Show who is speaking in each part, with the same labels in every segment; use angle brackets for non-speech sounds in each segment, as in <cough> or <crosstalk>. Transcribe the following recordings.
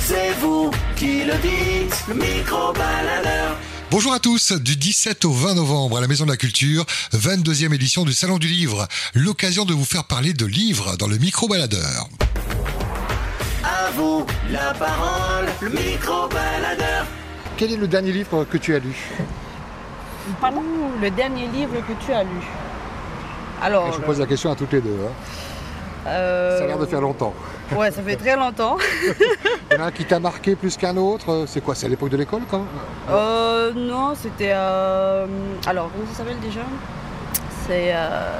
Speaker 1: c'est vous qui le dites, le micro-baladeur.
Speaker 2: Bonjour à tous, du 17 au 20 novembre à la Maison de la Culture, 22e édition du Salon du Livre, l'occasion de vous faire parler de livres dans le micro-baladeur.
Speaker 1: À vous la parole, le micro-baladeur.
Speaker 3: Quel est le dernier livre que tu as lu
Speaker 4: Pardon le dernier livre que tu as lu Alors,
Speaker 3: Je pose la question à toutes les deux. hein.
Speaker 4: euh,
Speaker 3: Ça a l'air de faire longtemps.
Speaker 4: Ouais, ça fait très longtemps.
Speaker 3: Il y en a un qui t'a marqué plus qu'un autre. euh, C'est quoi C'est à l'époque de l'école quand même
Speaker 4: Euh, non, c'était. euh, alors, comment ça s'appelle déjà C'est. euh,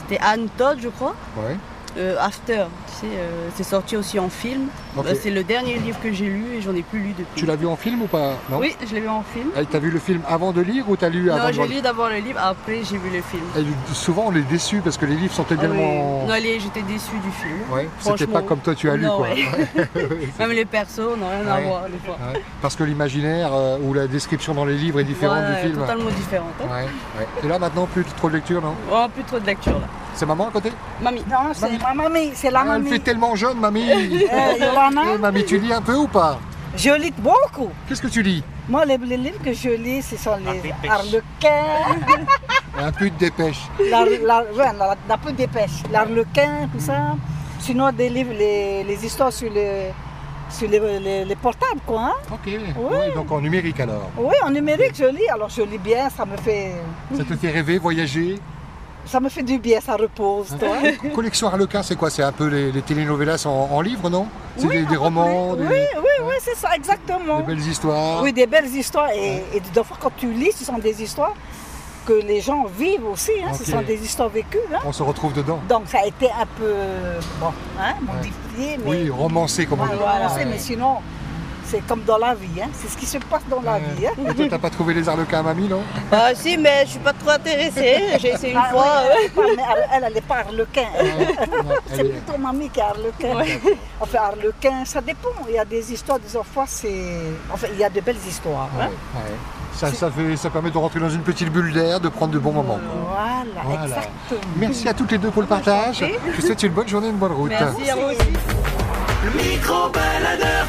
Speaker 4: c'était Anne Todd, je crois.
Speaker 3: Ouais.
Speaker 4: Euh, After, tu sais, euh, c'est sorti aussi en film.
Speaker 3: Ok.
Speaker 4: Euh, c'est le dernier livre que j'ai lu et j'en ai plus lu depuis.
Speaker 3: Tu l'as vu en film ou pas Non
Speaker 4: Oui, je l'ai vu en film.
Speaker 3: Elle, T'as vu le film avant de lire ou t'as lu avant
Speaker 4: non,
Speaker 3: de
Speaker 4: j'ai
Speaker 3: lire
Speaker 4: lu d'abord le livre, après j'ai vu le film.
Speaker 3: Et Souvent on est déçus parce que les livres sont
Speaker 4: Ah oui.
Speaker 3: tellement.
Speaker 4: Non, allez, j'étais déçue du film.
Speaker 3: Ouais, C'était
Speaker 4: Franchement.
Speaker 3: pas comme toi tu as lu
Speaker 4: Non,
Speaker 3: quoi.
Speaker 4: ouais.
Speaker 3: <laughs>
Speaker 4: <laughs> Même les persos n'ont rien à
Speaker 3: Ouais.
Speaker 4: voir, des fois.
Speaker 3: Ah Ouais. Parce que l'imaginaire euh, ou la description dans les livres est différente
Speaker 4: Voilà,
Speaker 3: du film.
Speaker 4: Totalement différente. hein.
Speaker 3: Ouais, ouais. Et là maintenant plus trop de lecture non
Speaker 4: Oh, plus trop de lecture là.
Speaker 3: C'est maman à côté
Speaker 4: Mamie.
Speaker 5: Non, c'est
Speaker 3: Mamie.
Speaker 5: ma mamie, c'est la
Speaker 3: Ah, Elle
Speaker 5: mamie.
Speaker 3: fait tellement jeune
Speaker 5: <laughs>
Speaker 3: mamie
Speaker 5: Euh,
Speaker 3: Eh,
Speaker 5: Yolana,
Speaker 3: Mamie tu lis un peu ou pas
Speaker 5: je lis beaucoup.
Speaker 3: Qu'est-ce que tu lis
Speaker 5: Moi, les, les livres que je lis, ce sont les Harlequins,
Speaker 3: Un peu de dépêche.
Speaker 5: la, la, ouais, la, la peau des pêches, l'Arlequin, tout ça. Sinon, des livres, les, les histoires sur, les, sur les, les- les portables, quoi. hein.
Speaker 3: Ok, Ouais, donc en numérique alors.
Speaker 5: Oui, en numérique, je lis. Alors, je lis bien, ça me fait,
Speaker 3: Ça te fait rêver, voyager
Speaker 5: ça me fait du bien, ça repose.
Speaker 3: Ah,
Speaker 5: toi.
Speaker 3: Collection Harlequin, c'est quoi C'est un peu les, les telenovelas en, en livres, non C'est
Speaker 5: Oui,
Speaker 3: des, des
Speaker 5: à peu
Speaker 3: romans,
Speaker 5: près.
Speaker 3: des,
Speaker 5: Oui, oui, oui, c'est ça,
Speaker 3: des
Speaker 5: exactement.
Speaker 3: belles histoires.
Speaker 5: Oui, des belles histoires. Et, et des fois, quand tu lis, ce sont des histoires que les gens vivent aussi. hein.
Speaker 3: Ok.
Speaker 5: Ce sont des histoires vécues. hein.
Speaker 3: On se retrouve dedans.
Speaker 5: Donc ça a été un peu bon, hein, modifié, mais,
Speaker 3: Oui, romancé, comme on
Speaker 5: Ouais,
Speaker 3: dit.
Speaker 5: Ah, voilà,
Speaker 3: Ouais.
Speaker 5: c'est- mais sinon, c'est comme dans la vie, hein, c'est ce qui se passe dans la
Speaker 3: Ouais.
Speaker 5: vie. hein.
Speaker 3: Et toi, t'as pas trouvé les Harlequins à mamie,
Speaker 5: <laughs>
Speaker 3: non
Speaker 4: Ah si, mais je suis pas trop intéressée. J'ai essayé une
Speaker 5: Ah,
Speaker 4: fois. euh.
Speaker 5: oui, elle est pas- mais elle- elle n'allait pas à Harlequin. elle.
Speaker 3: Non, elle
Speaker 5: C'est
Speaker 3: est-
Speaker 5: plutôt mamie qui est Harlequin. <laughs> Enfin, Harlequin, ça dépend. Il y a des histoires, des fois, c'est. Enfin, il y a de belles histoires.
Speaker 3: Ouais,
Speaker 5: hein.
Speaker 3: ouais. Ça, ça, fait, ça permet de rentrer dans une petite bulle d'air, de prendre de bons moments.
Speaker 5: Voilà,
Speaker 3: Voilà.
Speaker 5: exactement.
Speaker 3: Merci à toutes les deux pour le partage. Je vous souhaite une bonne journée, une bonne route.
Speaker 4: Merci à vous aussi.
Speaker 1: Le micro-baladeur.